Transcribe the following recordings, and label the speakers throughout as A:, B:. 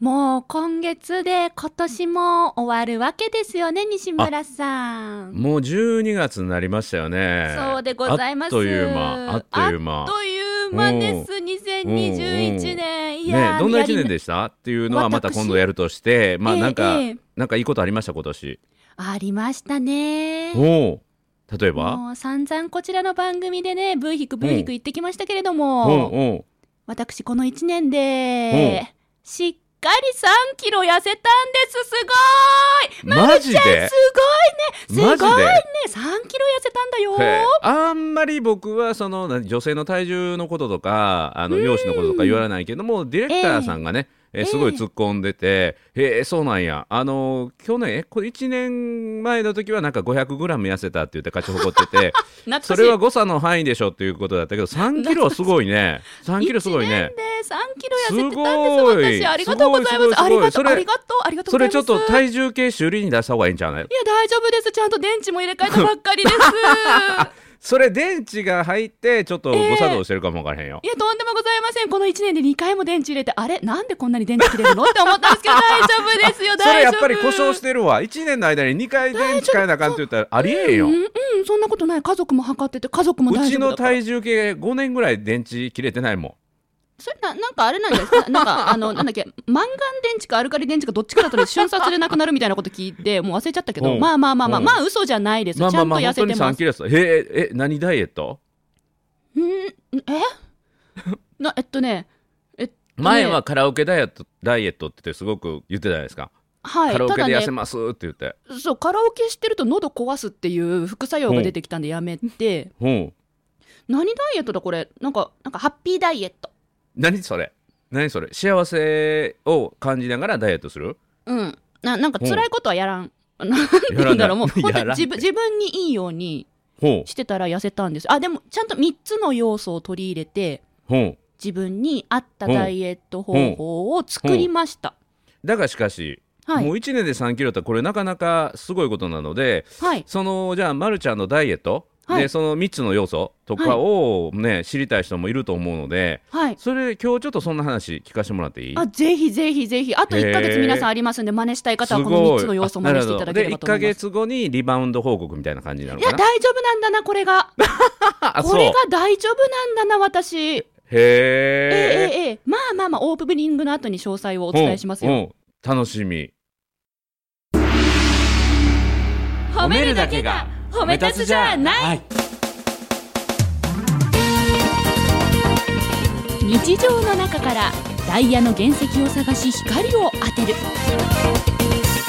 A: もう今月で今年も終わるわけですよね、西村さん。
B: もう12月になりましたよね。
A: そうでございます。
B: あっという間、あっという間。
A: あっという間です。2021年。いや
B: ね
A: ー、、
B: どんな1年
A: やり
B: でしたっていうのはまた今度やるとして、まあ
A: ええ
B: なんか、
A: ええ
B: なんかいいことありました今年。
A: ありましたね。
B: おお、例えば？
A: もう散々こちらの番組でね、ブーヒクブーヒク言ってきましたけれど
B: お
A: も、
B: お、
A: 私この1年で、しっかり3キロ痩せたんです。すごーい
B: マジ
A: え
B: で？
A: すごいね
B: マ
A: す
B: ジ
A: ごいね
B: で
A: !3 キロ痩せたんだよ
B: へえあんまり僕はその何女性の体重のこととかあの容姿のこととか言わないけども、ディレクターさんがね、え
A: え
B: すごい突っ込んでて、へえそうなんやあの去年えこれ1年前の時はなんか 500g 痩せたって言って勝ち誇ってて
A: 懐かしい
B: それは誤差の範囲でしょっていうことだったけど3キロはすごいね3キロすごいね
A: 1年で3キロ痩せて
B: す
A: たん
B: ご
A: です
B: い
A: 私ありがとうございます
B: すごいすごいすごい
A: ありがと
B: そうれ
A: ありがとうありがとう
B: そ
A: ございます
B: れちょっと体重計修理に出した方がいいんじゃない
A: いや大丈夫ですちゃんと電池も入れ替えたばっか りです
B: それ電池が入ってちょっと誤作動してるかもわからへんよ
A: い、やとんでもございませんこの1年で2回も電池入れてあれなんでこんなに電池切れるのって思ったんですけど大丈夫ですよ
B: それ
A: 大丈
B: や
A: 夫
B: っぱり故障してるわ1年の間に2回電池変えなあかんって言ったらありえんよ
A: うんうんそんなことない家族も測ってて家族も
B: う
A: 大丈
B: ち
A: 夫
B: の
A: だから
B: 体重計5年ぐらい電池切れてないも
A: それななんかあれなんですかなんかあのなんだっけマンガン電池かアルカリ電池かどっちかだとね瞬殺でなくなるみたいなこと聞いてもう忘れちゃったけど、
B: うん
A: まあまあまあまあ
B: うん
A: まあ嘘じゃないで
B: ん
A: す、
B: まあまあまあ
A: ちゃ
B: 本
A: んと痩
B: 当
A: せ
B: に
A: てま
B: 3
A: す
B: キロやったへええ何ダイエット
A: うんえ なえっとねえっとね
B: 前はカラオケダイエットダイエットってすごく言ってたじゃないですか、
A: はい
B: カラオケで痩
A: た
B: せ
A: だね
B: ますって言って、
A: そうカラオケしてると喉壊すっていう副作用が出てきたんでやめて、
B: うん
A: 何ダイエットだこれなんかなんかハッピーダイエット
B: 何それ何それ幸せを感じながらダイエットする
A: うんななんか辛いことはやらん、 なんて
B: や
A: 言
B: ら
A: うんだ
B: ない
A: ろう もう本当
B: や
A: に
B: らん
A: 自分自分にいいように
B: ほう
A: してたら痩せたんですあでもちゃんと3つの要素を取り入れて
B: ほう
A: 自分に合ったダイエット方法を作りました、
B: だがしかし、
A: はい
B: もう1年で3キロってこれなかなかすごいことなので
A: はい
B: そのじゃあ、ま、るちゃんのダイエット、
A: は
B: で
A: い
B: その3つの要素とかを、ね知りたい人もいると思うので
A: はい
B: それ今日ちょっとそんな話聞かせてもらっていい
A: あぜひぜひぜひあと1か
B: へ
A: 月
B: ー
A: 皆さんありますんで真似したい
B: す
A: 方はこの3つの要素を真似していただければと思い
B: で
A: ま
B: 1ヶ
A: す
B: 月後にリバウンド報告みたいな感じになの
A: いや
B: かな
A: 大丈夫なんだなこれが
B: あ
A: これが大丈夫なんだな私え
B: へ
A: え
B: え
A: ええまあまあまあオープニングの後に詳細をお
B: お
A: 伝えしますよ
B: 楽しみい
A: 日常の中からダイヤの原石を探し光を当てる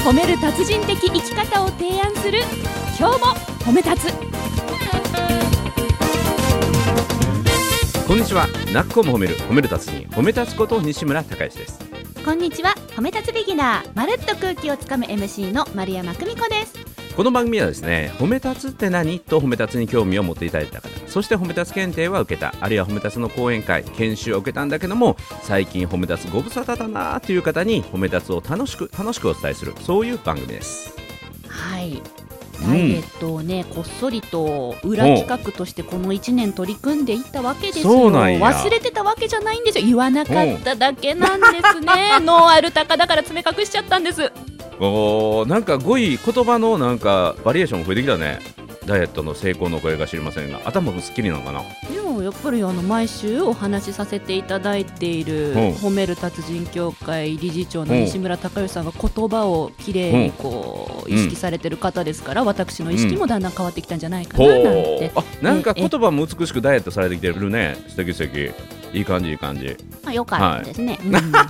A: 褒める達人的生き方を提案する今日も褒め立つ
B: こんにちはなっこも褒める褒める達人褒め立つこと西村孝之です
A: こんにちは褒め立つビギナーまるっと空気をつかむ MC の丸山久美子です
B: この番組はですね褒め立つって何と褒め立つに興味を持っていただいた方そして褒め立つ検定は受けたあるいは褒め立つの講演会研修を受けたんだけども最近褒め立つご無沙汰だなーという方に褒め立つを楽しく楽しくお伝えするそういう番組です
A: はい
B: うん
A: ダイエットをね、こっそりと裏企画としてこの1年取り組んでいったわけですよ
B: そうなんや
A: 忘れてたわけじゃないんですよ言わなかっただけなんですね ノーアルタカだから爪隠しちゃったんです
B: おーなんか語彙言葉のなんかバリエーション増えてきたねダイエットの成功の声が知りませんが頭もすっきりなのかな
A: でもやっぱりあの毎週お話しさせていただいている
B: うん
A: 褒める達人協会理事長の西村隆義さんが言葉をきれいにこう
B: うん
A: 意識されてる方ですから私の意識もだんだん変わってきたんじゃないか
B: ほ
A: ななん
B: う
A: て、
B: あなんか言葉も美しくダイエットされてきてるね素敵素敵いい感じいい感じ
A: まあ、よかったですね、 うんは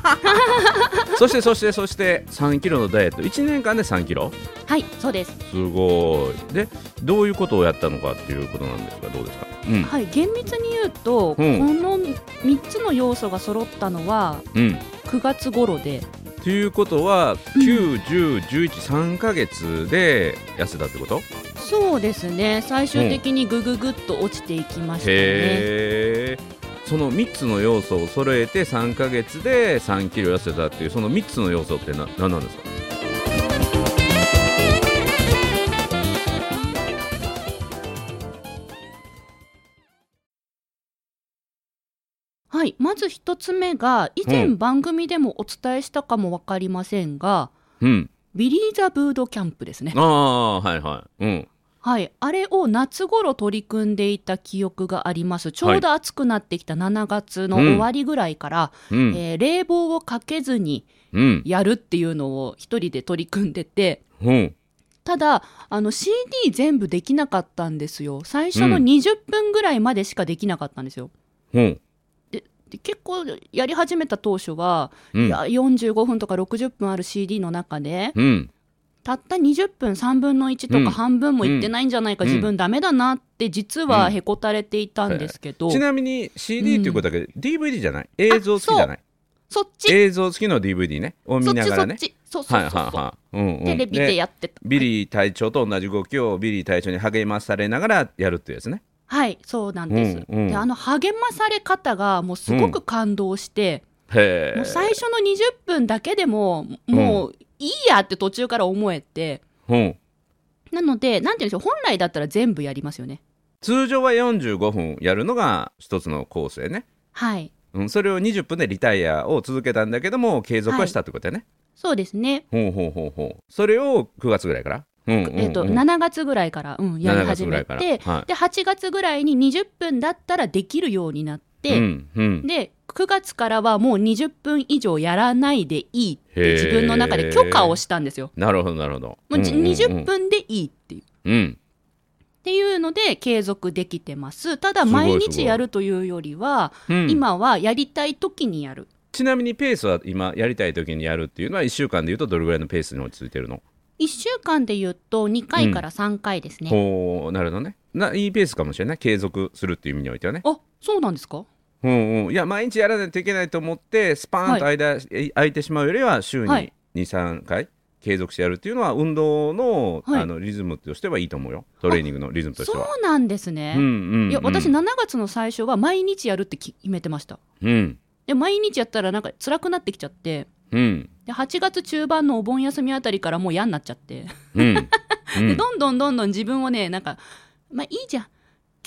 B: そしてそしてそして3キロのダイエット1年間で3キロ
A: いそうです
B: すごいでどういうことをやったのかっていうことなんですがどうですかうん
A: はい、厳密に言うと、
B: うん
A: この3つの要素が揃ったのは
B: うん
A: 9月頃で
B: ということは
A: うん
B: 9101113ヶ月で痩せたってこと、
A: そうですね最終的にぐぐぐっと落ちていきましたね、
B: へえその3つの要素を揃えて3ヶ月で3キロ痩せたっていうその3つの要素ってな何なんですか
A: はい、まず一つ目が以
B: う
A: 前
B: ん
A: 番組でもお伝えしたかもわかりませんが、
B: うん。
A: ビリー・ザ・ブードキャンプですね
B: あ。あ、はいはい。うん。
A: はい、あれを夏頃取り組んでいた記憶があります。ちょうど暑くなってきた7月の終わりぐらいから、
B: うん。
A: えー冷房をかけずに
B: うん。
A: やるっていうのを一人で取り組んでて、
B: うん。
A: ただあの CD 全部できなかったんですよ。最初の
B: うん
A: 20分ぐらいまでしかできなかったんですよ。
B: うん。
A: で結構やり始めた当初は、
B: うん
A: いや45分とか60分ある CD の中で
B: うん。
A: たった20分3分の1と
B: うん
A: か半分もいってないんじゃないか、
B: うん
A: 自分ダメだなって実は
B: うん
A: へこたれていたんですけど、
B: ちなみに CD っていうことだけど、DVD じゃない映像付きじゃない
A: そっち、
B: 映像付きの DVD ねを
A: そ
B: 見
A: っ
B: な
A: ち
B: が
A: そ
B: ら
A: っ
B: ね
A: ちそうそう
B: はい
A: そう
B: はい
A: そう、
B: はいうんうん
A: テレビでやってた。
B: ビリー隊長と同じ動きをビリー隊長に励まされながらやるっていうやつね
A: はい、そうなんです。
B: うんうん
A: で、あの励まされ方がもうすごく感動して、
B: へ
A: もう最
B: え
A: 初の20分だけでももういいやって途中から思えて、
B: うん
A: なので、なんて言うんでしょう、本来だったら全部やりますよね。
B: 通常は45分やるのが一つの構成ね、
A: はい、
B: うん、それを20分でリタイアを続けたんだけども継続はしたってことやね、
A: そうですね。
B: ほうほうほうほうそれを9月ぐらいから、うんうんうん
A: えっと、7月ぐらいから、うん、やり始め
B: 7月ぐら
A: て、
B: いからはい
A: で8月ぐらいに20分だったらできるようになって、
B: うんうん、
A: で9月からはもう20分以上やらないでいいって
B: へー
A: 自分の中で許可をしたんですよ。
B: なるほどなるほど
A: もうじ
B: んんん
A: 20分でいいっていう。
B: うん
A: っていうので継続できてます。ただ
B: すごいすご
A: 毎
B: い
A: 日やるというよりは、
B: うん
A: 今はやりたい時にやる。
B: ちなみにペースは今やりたい時にやるっていうのは1週間でいうとどれぐらいのペースに落ち着いてるの
A: 1週間で言うと2回から3回ですね。
B: ほうなるほどねないいペースかもしれない継続するっていう意味においてはね、
A: あ、そうなんですか
B: うんうん、いや毎日やらないといけないと思ってスパーンと間、え空いてしまうよりは週に
A: はい
B: 23回継続してやるっていうのは運動の,、
A: はい
B: あのリズムとしてはいいと思うよトレーニングのリズムとして
A: そ
B: は。
A: うなんですね。
B: うんうんうん
A: いや私7月の最初は毎日やるって決めてました
B: うん
A: で毎日やったらなんか辛くなってきちゃって
B: うん
A: で8月中盤のお盆休みあたりからもう嫌になっちゃって、
B: うんうん
A: で どんどんどんどん自分をねなんかまあいいじゃん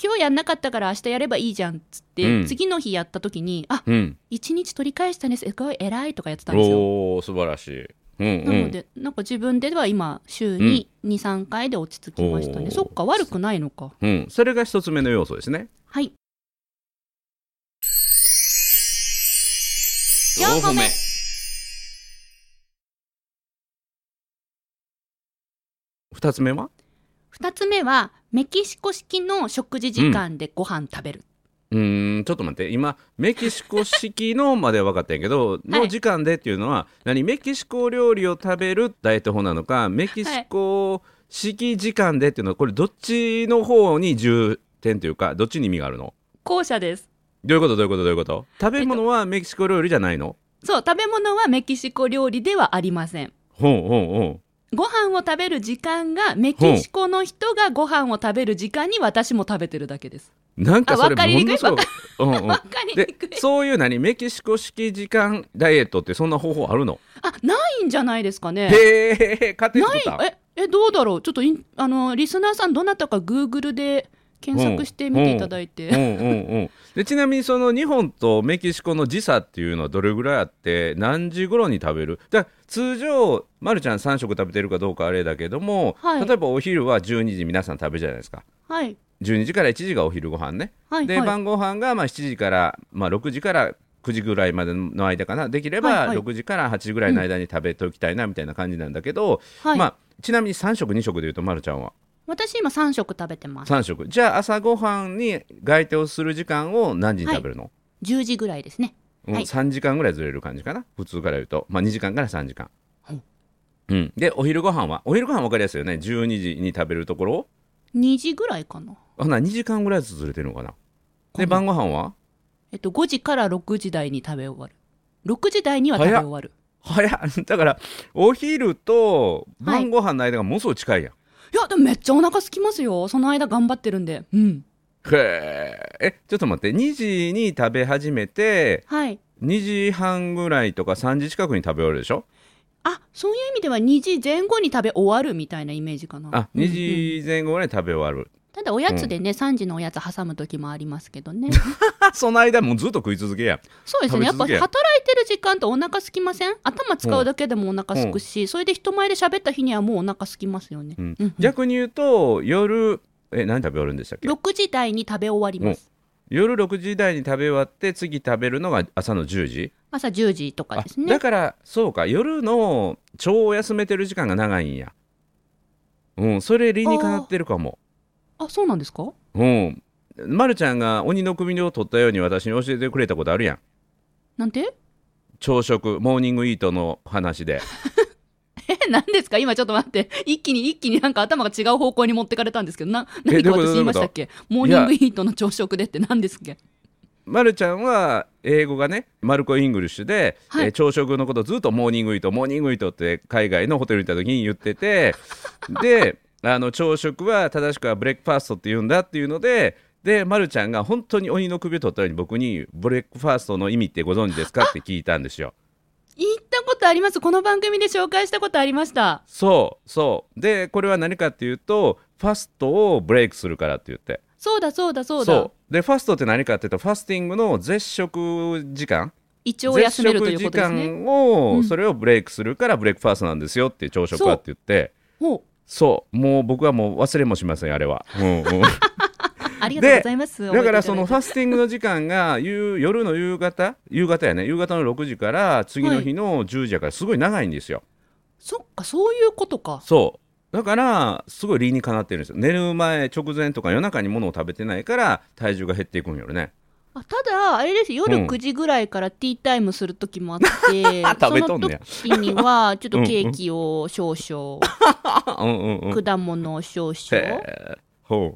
A: 今日やんなかったから明日やればいいじゃんっつって、
B: うん
A: 次の日やった時にあ
B: うん、
A: 一日取り返したねすごい偉いとかやってたんですよ
B: おー素晴らしい。うんう
A: なの
B: ん、
A: で、なんか自分では今週に23回で落ち着きましたね、
B: おー
A: そっか悪くないのか
B: うん、それが一つ目の要素ですね。
A: はい
B: 4個目2つ目は
A: 2つ目はメキシコ式の食事時間でご飯食べる、
B: うーんちょっと待って今メキシコ式のまでは分かったんや けど、の時間でっていうのは何メキシコ料理を食べるダイエット法なのかメキシコ式時間でっていうのはこれどっちの方に重点というかどっちに意味があるの
A: 後者です
B: どういうことどういうことどういうこと食べ物はメキシコ料理じゃないの、
A: そう食べ物はメキシコ料理ではありません
B: ほうほ
A: ご飯を食べる時間がメキシコの人がご飯を食べる時間に私も食べてるだけです
B: うほうなんかそ
A: あ分
B: れ
A: かり
B: も
A: にくい
B: のすごくうんうん
A: わかりに
B: で
A: くい
B: そういう何メキシコ式時間ダイエットってそんな方法あるの、
A: あないんじゃないですかね
B: へえ勝手に
A: な
B: 作
A: い
B: った
A: ええどうだろうちょっとインあのリスナーさんどなたかグーグルで検索してみていただいて、
B: うんうんうん、でちなみにその日本とメキシコの時差っていうのはどれぐらいあって何時頃に食べるだから通常、ま、るちゃん3食食べてるかどうかあれだけども、
A: はい
B: 例えばお昼は12時皆さん食べるじゃないですか
A: はい
B: 12時から1時がお昼ご飯ね、
A: はい
B: で、
A: はい
B: 晩ご飯がまあ7時から、まあ、6時から9時ぐらいまでの間かなできれ
A: はい
B: ば
A: はい
B: 6時から8時ぐらいの間に食べておきたいなみたいな感じなんだけど、
A: はい、
B: まあ、ちなみに3食2食でいうと、ま、るちゃんは
A: 私今3食食べてます
B: 3食じゃあ朝ごはんに外手をする時間を何時に食べるの、
A: 10時ぐらいですね
B: うん
A: はい
B: 3時間ぐらいずれる感じかな普通から言うと、まあ、2時間から3時間、
A: はい
B: うん、でお昼ご飯はお昼ご飯分かりやすいよね12時に食べるところ
A: 2時ぐらいかな
B: あな2時間ぐらいずつずれてるのかな
A: か
B: で
A: な
B: 晩ご飯は
A: えっと、5時から6時台に食べ終わる。6時台には食べ終わる。
B: 早っ だからお昼と晩ご飯の間がものすごい近いやん、
A: いや、でもめっちゃお腹空きますよ。その間頑張ってるんで。うん。
B: へええちょっと待って2時に食べ始めて
A: はい。
B: 2時半ぐらいとか3時近くに食べ終わるでしょ
A: あ、そういう意味では2時前後に食べ終わるみたいなイメージかな。
B: あ
A: うんうん
B: 2時前後ぐらいに食べ終わる、
A: ただおやつでね、3時のおやつ挟む時もありますけどね
B: その間もうずっと食い続けや
A: そうですねやっぱ
B: 食べ
A: 働
B: 続け
A: いてる時間ってお腹空きません頭使うだけでもお腹空くし、それで人前で喋った日にはもうお腹空きますよね、
B: うん
A: うんうん
B: 逆に言うと夜え何食べ終わるんでしたっけ
A: 6時台に食べ終わります、
B: 夜6時台に食べ終わって次食べるのが朝の10時
A: 朝10時とかです
B: あだ
A: ね
B: からそうか夜の腸を休めてる時間が長いんやうんそれ理にかなってるかも
A: あそうなんですか
B: うんまるちゃんが鬼の首を取ったように私に教えてくれたことあるやん
A: なんて
B: 朝食モーニングイートの話で
A: え 何ですか今ちょっと待って一気に一気になんか頭が違う方向に持ってかれたんですけどな
B: え
A: 何か
B: どういうこと
A: 私言いましたっけモーニングイートの朝食でって何ですっけ
B: まるちゃんは英語がねマルコ・イングリッシュで、
A: はい
B: えー朝食のことをずっとモーニングイートモーニングイートって海外のホテルに行った時に言っ ててであの朝食は正しくはブレックファーストって言うんだっていうのでで、ま、るちゃんが本当に鬼の首を取ったように僕にブレックファーストの意味ってご存知ですかって聞いたんですよ。
A: 言ったことありますこの番組で紹介したことありました
B: そうそうでこれは何かっていうとファストをブレイクするからって言って
A: そうだそうだそうだ
B: でファストって何かっていうとファスティングの絶食時間
A: 胃腸を休めるということです
B: 絶
A: ね
B: 食時間を、
A: うん
B: それをブレイクするからブレックファーストなんですよっていう朝食はって言って
A: お
B: そうもう僕はもう忘れもしませんあれは、うん うん
A: あありがとうございます
B: だからそのフ
A: 覚
B: ァスティングの時間が夕夜の夕方夕方やね夕方の6時から次の日の10時やからすごい長いんです
A: え
B: よ、
A: ていただいてそっかそういうことか
B: そうだからすごい理にかなってるんですよ寝る前直前とか夜中に物を食べてないから体重が減っていくんよね
A: あただあれです夜
B: うん
A: 9時ぐらいからティータイムする時もあ って
B: 食べとんねや
A: その時にはちょっとケーキを少々
B: あうんうんうん
A: 果物を少々
B: へー
A: え
B: ほう
A: ー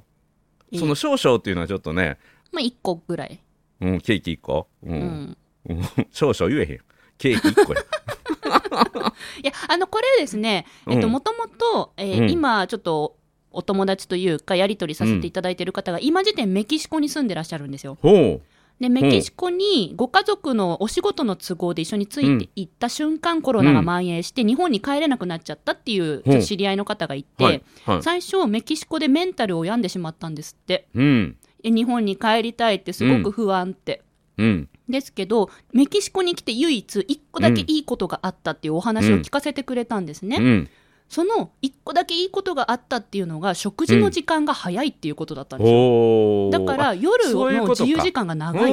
B: その少々っていうのはちょっとね、
A: まあ1個ぐらい、
B: うん、ケーキ1個、う
A: うんん、
B: うん少々言えへん。ケーキ1個や。
A: いや、あの、これですね、 えっと、
B: うん
A: もともと、えー
B: うん
A: 今、ちょっと、お友達というか、やり取りさせていただいている方が、今時点メキシコに住んでらっしゃるんですよ。
B: ほう。
A: で、メキシコに、ご家族のお仕事の都合で一緒について行った瞬間、コロナが蔓延して、日本に帰れなくなっちゃったっていう、ちょっと知り合いの方がいて、
B: はい。はい。
A: 最初、メキシコでメンタルを病んでしまったんですって。
B: うん。
A: え日本に帰りたいって、すごく不安って。
B: うん。
A: ですけど、メキシコに来て唯一一個だけいいことがあったっていうお話を聞かせてくれたんですね。
B: うん。
A: その一個だけいいことがあったっていうのが食事の時間が早いっていうことだったんですよ、
B: ほう。
A: だから夜
B: そういう
A: の
B: ことか
A: 自由時間が
B: あ、
A: 長い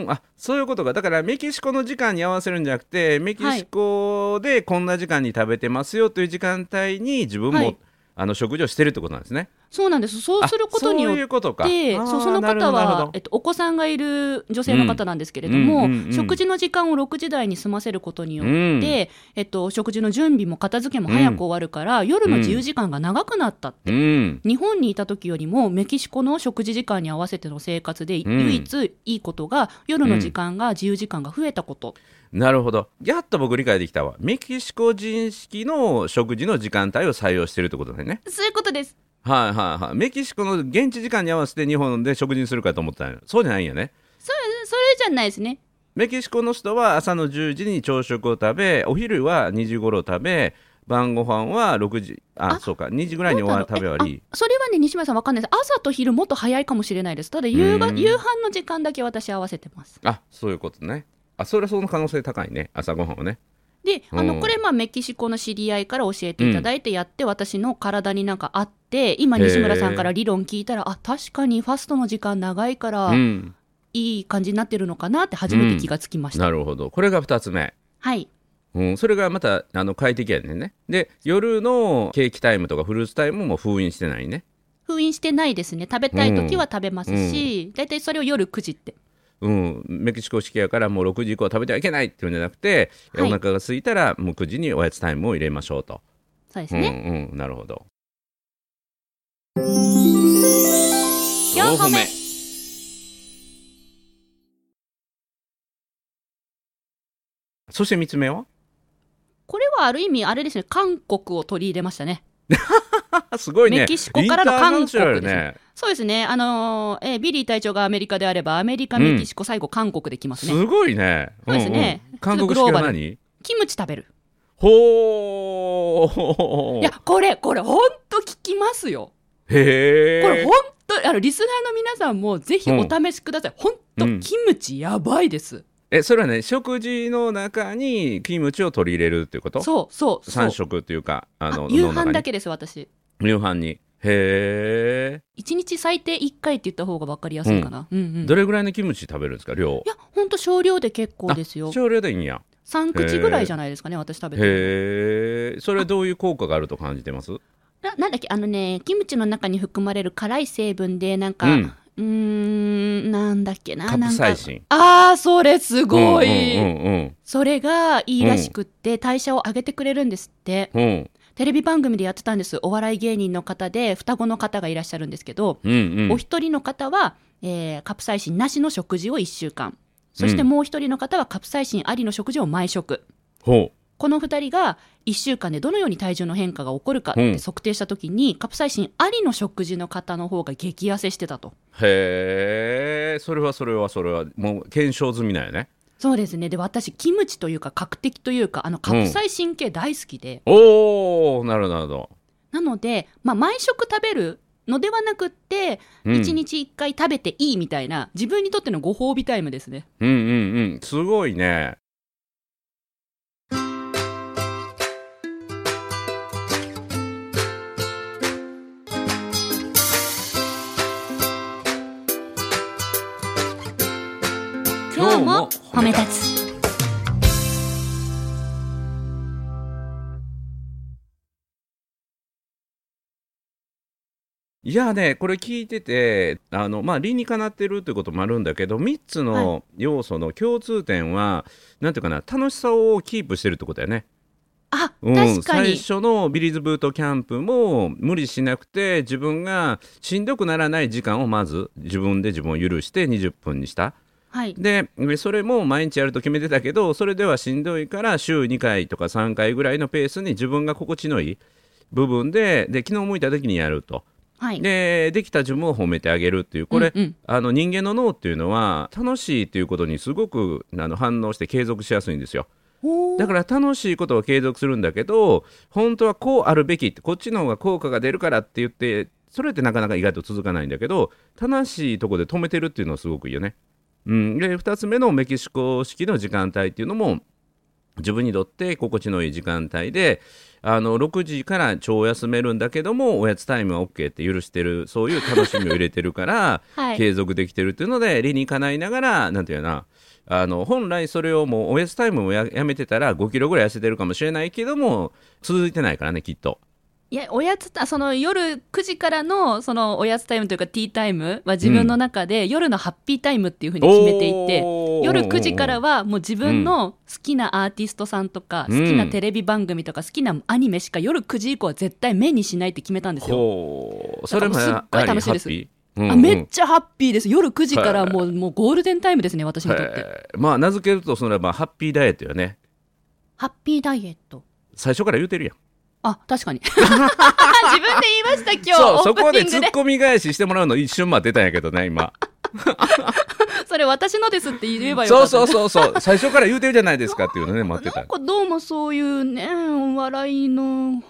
A: と
B: と。あそういうことかだからメキシコの時間に合わせるんじゃなくてメキシコでこんな時間に食べてますよという時間帯に自分も、
A: はい
B: あの食事をしてるってことなんですね。
A: そうなんですそうすることによ
B: あそうい
A: っ
B: うことか
A: て
B: あー
A: そうその
B: なるほ
A: 方
B: どなる
A: は
B: ほ、ど
A: えっと、お子さんがいる女性の方なんですけれども、
B: うんうんうんうん
A: 食事の時間を6時台に済ませることによって、
B: うん
A: えっと、食事の準備も片付けも早く終わるから、夜の自由時間が長くなったって
B: うん
A: 日本にいた時よりもメキシコの食事時間に合わせての生活で
B: うん
A: 唯一いいことが、夜の時間が自由時間が増えたこと、
B: なるほどやっと僕理解できたわメキシコ人式の食事の時間帯を採用してるってことだよね
A: そういうことです
B: はいはいはいメキシコの現地時間に合わせて日本で食事にするかと思ったんよそうじゃないんやね
A: それじゃないですね
B: メキシコの人は朝の10時に朝食を食べお昼は2時頃食べ晩ご飯は6時あ
A: あ
B: そうか2時ぐらいに終わ
A: どうだ
B: 食べ
A: ろう
B: 終わり
A: えあそれはね西村さんわかんないです朝と昼もっと早いかもしれないですただ夕が
B: うん
A: 夕飯の時間だけ私合わせてます
B: あそういうことねあそれはその可能性高いね朝ごはんはね
A: であ
B: う
A: の
B: ん
A: これまあメキシコの知り合いから教えていただいてやって、私の体になんかあって今西村さんから理論聞いたらあ確かにファストの時間長いから、
B: うん
A: いい感じになってるのかなって初めて気がつきました、
B: なるほどこれが2つ目
A: はい
B: うん、それがまたあの快適やねんねで夜のケーキタイムとかフルーツタイムも封印してないね
A: 封印してないですね食べたい時は食べますし、大体それを夜9時って
B: うん、メキシコ式やからもう6時以降は食べてはいけないっていうんじゃなくて、
A: はい
B: お腹が空いたらもう9時におやつタイムを入れましょうと。
A: そうですね、
B: うんうん、なるほど。
A: 四歩目
B: そして3つ目は
A: これはある意味あれですね韓国を取り入れましたね
B: すごいね。
A: メキシコからの韓国ですよ
B: インターナショナルね。
A: そうですね、あのーえービリー隊長がアメリカであれば、アメリカ、
B: うん
A: メキシコ、最後、韓国できますね。
B: すごいね。
A: そうですね
B: んうん韓国式は何
A: キムチ食べる。
B: ほー
A: いや、これ、これ、ほんと聞きますよ。
B: へ
A: こ
B: ー
A: れ、ほん当あのリスナーの皆さんもぜひお試しください、ほんと
B: うん
A: キムチやばいです、
B: えそれはね食事の中にキムチを取り入れるっていうこと
A: そうそうそう
B: 3食というかあの
A: あ夕
B: 脳の中
A: 飯
B: に
A: だけです私
B: 夕飯にへえ、
A: 一日最低1回って言った方が分かりやすいかな、うんうん
B: どれぐらいのキムチ食べるんですか量
A: いやほんと少量で結構ですよ
B: 少量でいいんや
A: 3口ぐらいじゃないですかね私食べてる
B: へえそれはどういう効果があると感じてます
A: ななんだっけあのねキムチの中に含まれる辛い成分でなんか、
B: う
A: うんーんなんだっけな
B: カプサイ
A: なんか
B: シン
A: あーそれすごい、
B: うんうん
A: それがいいらしくって、代謝を上げてくれるんですって
B: うんうん
A: テレビ番組でやってたんですお笑い芸人の方で双子の方がいらっしゃるんですけど、
B: うんうん
A: お一人の方は、えーカプサイシンなしの食事を1週間そしてもう一人の方はカプサイシンありの食事を毎食、
B: ほ
A: この2人が1週間でどのように体重の変化が起こるかっ
B: うん
A: て測定した時に、カプサイシンありの食事の方の方が激痩せしてたと
B: うへえそれはそれはそれはもう検証済みなんやね
A: そうですねで私キムチというか角的というかあのカプサイシン系大好きで、
B: おおなるほどなるほど、
A: なので、まあ、毎食食べるのではなくって、
B: うん、
A: 1日1回食べていいみたいな自分にとってのご褒美タイムですね
B: うんうんうんすごいね今日も褒め
A: 立つ
B: いやねこれ聞いててあの、まあ、理にかなってるということもあるんだけど3つ
A: は
B: の要素の共通点は、なんていうかな楽しさをキープしてるってことだよね。
A: あ
B: うん
A: 確か
B: 最
A: に、
B: 初のビリーズブートキャンプも無理しなくて自分がしんどくならない時間をまず自分で自分を許して20分にした
A: はい
B: でそれも毎日やると決めてたけどそれではしんどいから週2回とか3回ぐらいのペースに自分が心地のいい部分でで気の向いた時にやると
A: はい
B: でできた自分を褒めてあげるっていうこれ、
A: うんうん
B: あの人間の脳っていうのは楽しいっていうことにすごくあの反応して継続しやすいんですよ。
A: おー
B: だから楽しいことを継続するんだけど本当はこうあるべきってこっちの方が効果が出るからって言ってそれってなかなか意外と続かないんだけど楽しいとこで止めてるっていうのはすごくいいよね。うん、で2つ目のメキシコ式の時間帯っていうのも自分にとって心地のいい時間帯であの6時から超休めるんだけどもおやつタイムは OK って許してるそういう楽しみを入れてるから、
A: はい
B: 継続できてるっていうので理にかないながらなんていうかなあの本来それをもうおやつタイムをややめてたら5キロぐらい痩せてるかもしれないけども続いてないからねきっと。
A: いやおやつたその夜9時からのそのおやつタイムというかティータイムは自分の中で夜のハッピータイムっていうふうに決めていて、
B: おー
A: 夜9時からはもう自分の好きなアーティストさんとか、
B: うん
A: 好きなテレビ番組とか好きなアニメしか夜9時以降は絶対目にしないって決めたんですよ。
B: ほうそれも
A: だからもうすっごい楽しいです
B: やはりハッピーうんうん
A: あめっちゃハッピーです夜9時からもうもうゴールデンタイムですね私にとって。
B: へーまあ名付けるとそれはまあハッピーダイエットよね
A: ハッピーダイエット
B: 最初から言うてるやん
A: あ確かに 自分で言いました今日
B: そうそ
A: オー
B: こ
A: プ
B: で
A: ニング
B: 突
A: で
B: っ込み返ししてもらうの一瞬待ってたんやけどね今
A: それ私のですって言えばよかっ
B: そ
A: た
B: うそうそうそう最初から言うてるじゃないですかっていうのね待って
A: な
B: た
A: んかどうもそういうねお笑い のね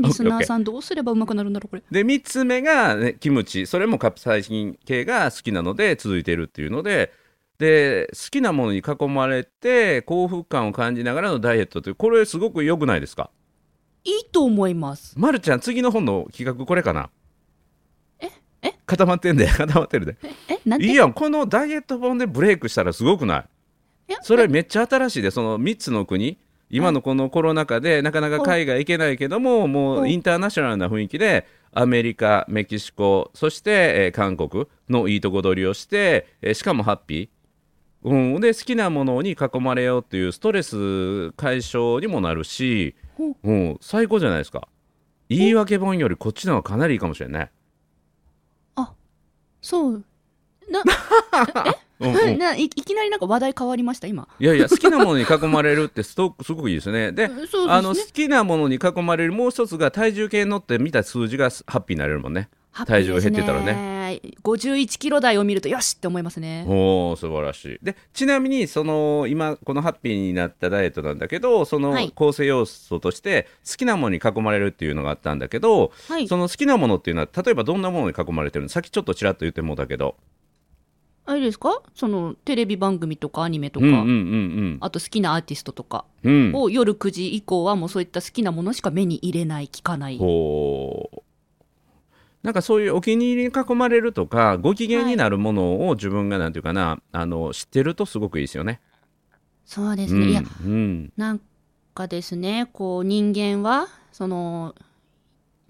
A: リスナーさんどうすればうまくなるんだろうこれ
B: で3つ目が、ね、キムチそれもカプサイシン系が好きなので続いてるっていうのでで好きなものに囲まれて幸福感を感じながらのダイエットというこれすごく良くないですか
A: いいと思います
B: まるちゃん次の本の企画これかな
A: ええ
B: 固まってんで固まってるで
A: えなんて
B: いいやんこのダイエット本でブレイクしたらすごくない
A: いや
B: それめっちゃ新しいでその3つの国今のこのコロナ禍でなかなか海外行けないけどもも
A: ほ
B: う
A: う
B: インターナショナルな雰囲気でアメリカメキシコそして、えー韓国のいいとこ取りをして、えーしかもハッピー、うん、で好きなものに囲まれようっていうストレス解消にもなるし
A: ほう、
B: うん、最高じゃないですか言い訳本よりこっちの方がかなりいいかもしれない、
A: そうな
B: うんうん、
A: ないいきなりなんか話題変わりました今
B: いやいや好きなものに囲まれるってストックすごくいいですね。で
A: そうですね
B: あの好きなものに囲まれるもう一つが体重計に乗って見た数字がハッピーになれるもんね。
A: ハッピーです
B: 体重が減ってたら
A: ねはい、51キロ台を見るとよしって思いますね。
B: おお素晴らしいでちなみにその今このハッピーになったダイエットなんだけどその
A: はい
B: 構成要素として好きなものに囲まれるっていうのがあったんだけど、
A: はい
B: その好きなものっていうのは例えばどんなものに囲まれてるのさっきちょっとちらっと言ってもうだけど
A: あれですかそのテレビ番組とかアニメとか、
B: うんうんうん
A: あと好きなアーティストとか
B: うんうん
A: を夜9時以降はもうそういった好きなものしか目に入れない、聞かない。
B: ほうなんかそういうお気に入りに囲まれるとかご機嫌になるものを自分がなんていうかな、あの知ってるとすごくいいですよね。
A: そうです
B: う
A: ね。いや
B: ん、うん
A: なんかですね、こう人間は、その、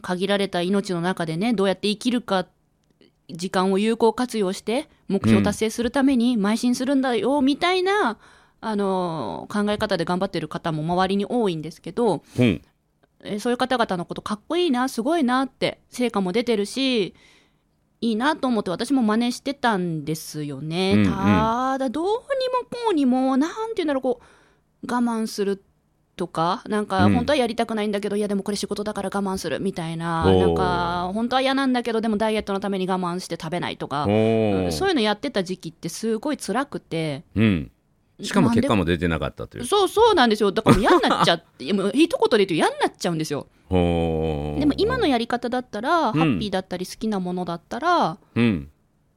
A: 限られた命の中でね、どうやって生きるか、時間を有効活用して、目標を達成するために邁進するんだよ、みたいな、あの、考え方で頑張ってる方も周りに多いんですけど、
B: うん
A: えーそういう方々のことかっこいいな、すごいなって、成果も出てるし、いいなと思って私も真似してたんですよね。
B: うんうん
A: ただ、どうにもこうにも、なんていうんだろう、こう、我慢するとか、なんか、
B: うん
A: 本当はやりたくないんだけど、いや、でもこれ仕事だから我慢するみたいな、
B: おー
A: なんか、本当は嫌なんだけど、でもダイエットのために我慢して食べないとか、
B: ほ
A: うん
B: う
A: そういうのやってた時期ってすごい辛くて、
B: うん、しかも
A: なんで
B: 結果も出てなかったという。
A: そうそうなんですよ。だからもう嫌になっちゃって、い やもう一言で言うと嫌になっちゃうんですよ。
B: ほう
A: でも今のやり方だったら、ハ
B: ん
A: ッピーだったり好きなものだったら
B: うん、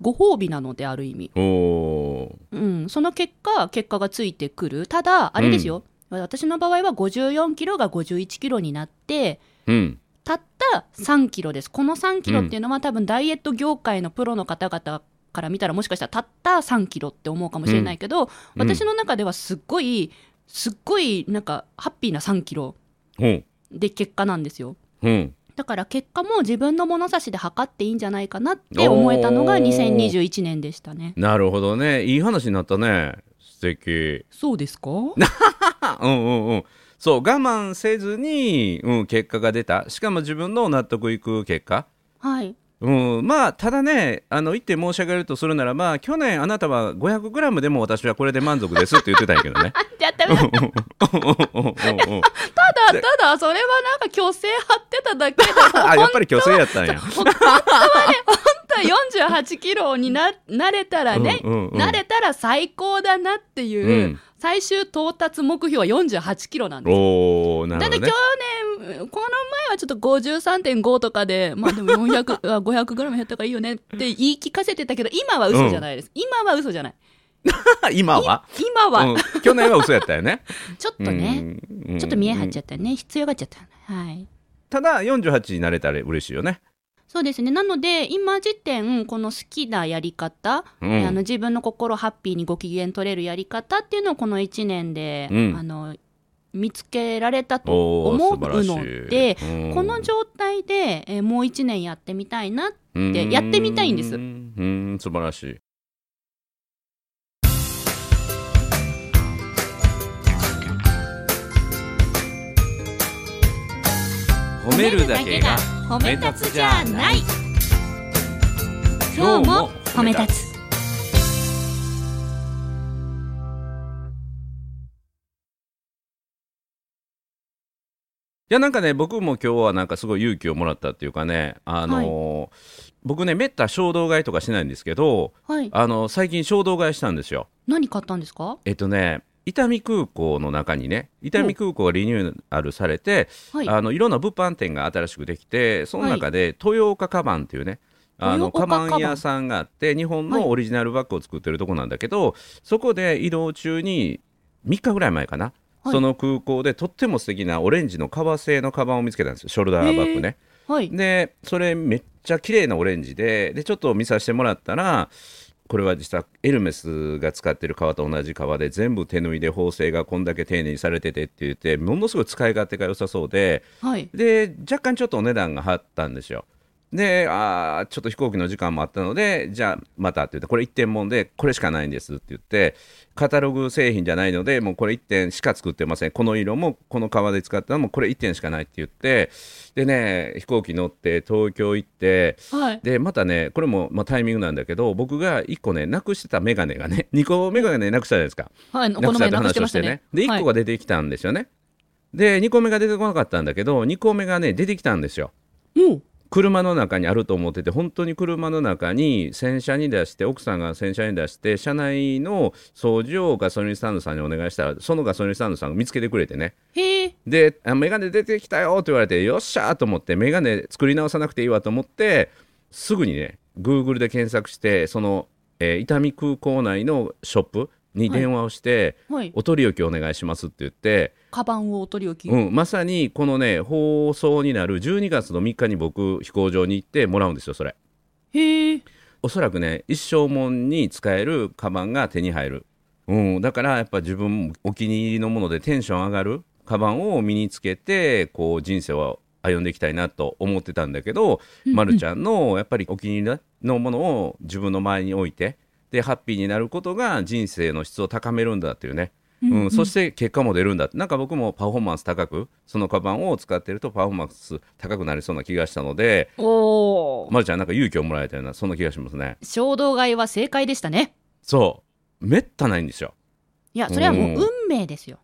A: ご褒美なのである意味、
B: ほう
A: うん、その結果結果がついてくるただあれですよ、私の場合は54キロが51キロになって
B: うん
A: たった3キロですこの3キロっていうのは、多分ダイエット業界のプロの方々から見たらもしかしたらたった3キロって思うかもしれないけど、
B: うん
A: 私の中ではすっごいすっごいなんかハッピーな3キロ
B: ほう
A: で結果なんですよ
B: ほう
A: だから結果も自分の物差しで測っていいんじゃないかなって思えたのが2021年でしたね。
B: なるほどねいい話になったね素敵
A: そうですか
B: あうんうんうんそう我慢せずに、うん、結果が出たしかも自分の納得いく結果
A: はい。
B: うん、まあただねあの一点申し上げるとするならば去年あなたは 500g でも私はこれで満足ですって言ってたんやけ どね
A: やったただ
B: うんうんうんうん
A: ただそれはなんか虚勢張ってただけで
B: あやっぱり虚勢やったんや
A: 本当はね 本当は48キロにななれたらね、
B: うんうんうん
A: なれたら最高だなっていう、
B: うん
A: 最終到達目標は48キロなんです。
B: おおなる
A: だっ
B: ほ
A: て
B: ど
A: 去
B: ね
A: 年、この前はちょっと53.5とかで、まあでも400、あ500グラム減ったからいいよねって言い聞かせてたけど、今は嘘じゃないです。今は嘘じゃない。
B: 今は
A: 今は、
B: うん、去年は嘘やったよね
A: ちょっとね、
B: うんうん
A: ちょっと見え張っちゃったよね。必要がっちゃったよね。はい。
B: ただ48になれたら嬉しいよね
A: そうですね。なので、今時点、この好きなやり方、
B: うん
A: あの自分の心ハッピーにご機嫌取れるやり方っていうのをこの1年で、
B: うん
A: あの、見つけられたと
B: お
A: 思う
B: ー素晴らしい
A: ので、
B: うん
A: この状態で、えーもう1年やってみたいな
B: うん
A: やってみたいんです
B: うんうん素晴らしい褒めるだけが
A: 褒
B: め立つじゃない
A: 今日も褒め立つ
B: いやなんかね僕も今日はなんかすごい勇気をもらったっていうかねあのー僕ねめったら衝動買いとかしないんですけど
A: はい
B: あの最近衝動買いしたんですよ
A: 何買ったんですか
B: えっとね伊丹空港の中にね伊丹空港がリニューアルされて、
A: はい
B: あのいろんな物販店が新しくできてその中で豊岡カバンっていうね、あの
A: 豊
B: カ
A: 岡カバ
B: バ
A: ン
B: ン屋さんがあって日本
A: はい
B: のオリジナルバッグを作ってるとこなんだけど、そこで移動中に3日ぐらい前かな、
A: はい
B: その空港でとっても素敵なオレンジの革製のカバンを見つけたんですよショルダーバッグね。
A: はい
B: でそれめっちゃ綺麗なオレンジででちょっと見させてもらったらこれは実はエルメスが使ってる革と同じ革で全部手縫いで縫製がこんだけ丁寧にされててって言ってものすごい使い勝手が良さそうで
A: はい
B: で若干ちょっとお値段が張ったんですよ。であーちょっと飛行機の時間もあったのでじゃあまたって言ってこれ1点もんでこれしかないんですって言ってカタログ製品じゃないのでもうこれ1点しか作ってませんこの色もこの革で使ったのもこれ1点しかないって言ってでね飛行機乗って東京行って
A: はい
B: でまたねこれも、まあ、タイミングなんだけど僕が1個ねなくしてた眼鏡がね2 個眼鏡なくしたじゃないですか。
A: はいこの前なくしてましたね
B: で1個
A: はい
B: が出てきたんですよね、で2個目が出てこなかったんだけど2個目がね出てきたんですよ
A: もう
B: 車の中にあると思ってて本当に車の中に洗車に出して奥さんが洗車に出して車内の掃除をガソリンスタンドさんにお願いしたらそのガソリンスタンドさんが見つけてくれてね
A: へえ
B: であ「メガネ出てきたよ」って言われて「よっしゃ!」と思ってメガネ作り直さなくていいわと思ってすぐにね Google で検索してその、えー伊丹空港内のショップに電話をして「
A: はい
B: お取り置きお願いします」って言って。
A: カバンをお取り置き、
B: うん、まさにこのね放送になる12月の3日に僕飛行場に行ってもらうんですよそれ
A: へえ
B: おそらくね一生もんに使えるカバンが手に入る、うん、だからやっぱ自分もお気に入りのものでテンション上がるカバンを身につけてこう人生は歩んでいきたいなと思ってたんだけど、まるちゃんのやっぱりお気に入りのものを自分の前に置いてでハッピーになることが人生の質を高めるんだっていうね、うんそして結果も出るんだってなんか僕もパフォーマンス高くそのカバンを使ってるとパフォーマンス高くなりそうな気がしたので
A: おお、
B: まるちゃんなんか勇気をもらえたようなそんな気がしますね。
A: 衝動買いは正解でしたね
B: そう。めったないんですよ。
A: いやそれはもう
B: うん
A: 運命ですよ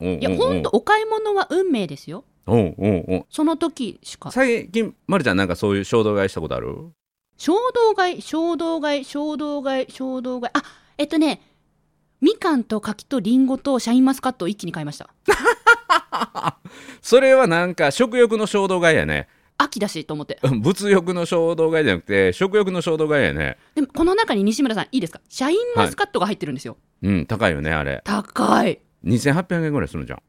B: い
A: いやほんと。お買い物は運命ですよ
B: うんうんうん。
A: その時しか
B: 最近、まるちゃんなんかそういう衝動買いしたことある
A: 衝動買い衝動買い衝動買い衝動買いあえっとねみかんと柿とリンゴとシャインマスカットを一気に買いました
B: それはなんか食欲の衝動買いやね。
A: 秋だしと思って
B: うん物欲の衝動買いじゃなくて、食欲の衝動買いやね。
A: でもこの中に西村さんいいですかシャインマスカットが入ってるんですよ、
B: うん、高いよね、あれ。
A: 高い
B: 2800円ぐらいするじゃん。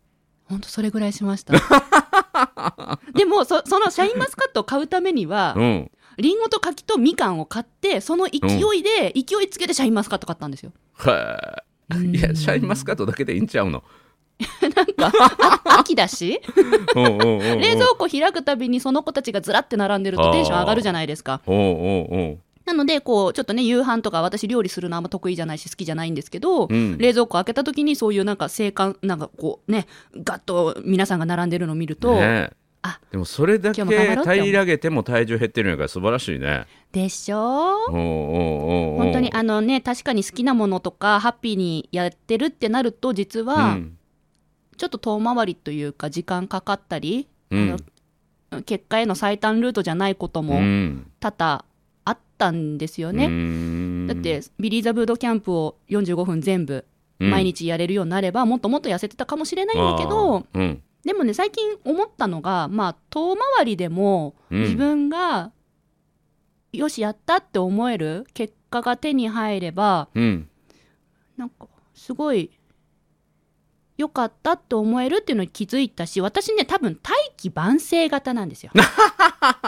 A: ほんとそれぐらいしま したでもそそのシャインマスカットを買うためには
B: うん。
A: リンゴと柿とみかんを買ってその勢いで、勢いつけてシャインマスカット買ったんです よ
B: はーいや、シャインマスカットだけでいいんちゃうの。
A: 秋だし
B: うんうんうんうん。
A: 冷蔵庫開くたびにその子たちがずらって並んでるとテンション上がるじゃないですか
B: おうおうおう
A: なのでこうちょっとね夕飯とか私料理するのあんま得意じゃないし好きじゃないんですけど、
B: うん
A: 冷蔵庫開けた時にそういうなんか静観なんかこうねガッと皆さんが並んでるのを見ると、
B: ねえ
A: あ
B: でもそれだけ
A: 今日も頑張ろうって思う
B: 平らげても体重減ってるんやから素晴らしいね。
A: でしょ
B: おうおうおうおう
A: 本当にあのね確かに好きなものとかハッピーにやってるってなると実は
B: うん
A: ちょっと遠回りというか時間かかったり、
B: うん
A: 結果への最短ルートじゃないこと
B: う
A: も
B: ん
A: 多々あったんですよね。
B: ね
A: だってビリー・ザ・ブードキャンプを45分全部毎日やれるようになれば、もっともっと痩せてたかもしれないんだけど、
B: うん
A: でもね最近思ったのがまあ遠回りでも
B: うん
A: 自分が、よしやったって思える結果が手に入れば
B: うん
A: なんかすごい良かったって思えるっていうのに気づいたし私ね多分大器晩成型なん ですよ。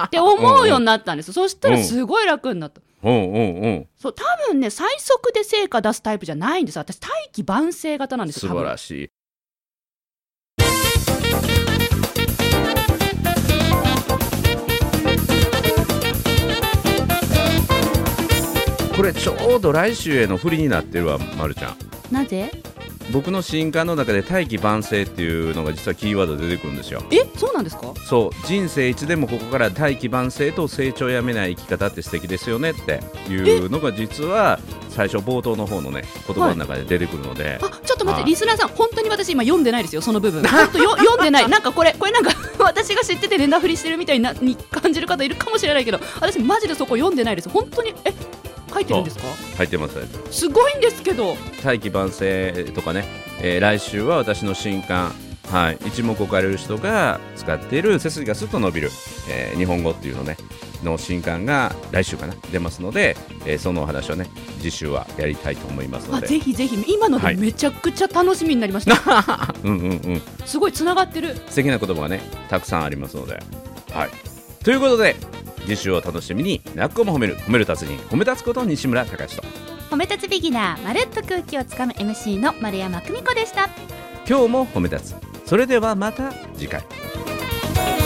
A: って思うようになったんですそしたらすごい楽になった。
B: おうおうおう
A: そう多分ね最速で成果出すタイプじゃないんです私大器晩成型なんです
B: 素
A: よ多
B: 晴
A: 分
B: らしい。これちょうど来週への振りになってるわ、ま、るちゃん
A: なぜ
B: 僕の新刊の中で「大器晩成」っていうのが実はキーワードで出てくるんですよ
A: えそうなんですか
B: そう人生いつでもここから大器晩成と成長をやめない生き方って素敵ですよねっていうのが実は最初冒頭の方のね言葉の中で出てくるので、
A: あちょっと待っ
B: は
A: て
B: い
A: リスナーさん本当に私今読んでないですよその部 分本当よ読んでないなんかこれこれなんか 私が知っててネタフリしてるみたいなに感じる方いるかもしれないけど私マジでそこ読んでないです本当にえ書いてるんですか
B: 入ってます
A: すごいんですけど
B: 大器晩成とかね、えー来週は私の新刊はい、一目置かれる人が使っている背筋がすっと伸びる、えー日本語っていうのねの新刊が来週かな出ますので、えーそのお話をね次週はやりたいと思いますの
A: あ
B: で
A: ぜひぜひ今の
B: は
A: で
B: い
A: めちゃくちゃ楽しみになりました、
B: うんうんうん
A: すごいつながってる
B: 素敵な言葉がねたくさんありますのではいということで次週を楽しみに泣く子も褒める褒める達人褒め立つこと西村隆史と
C: 褒め立つビギナーまるっと空気をつかむ MC の丸山久美子でした
B: 今日も褒め立つそれではまた次回
C: 「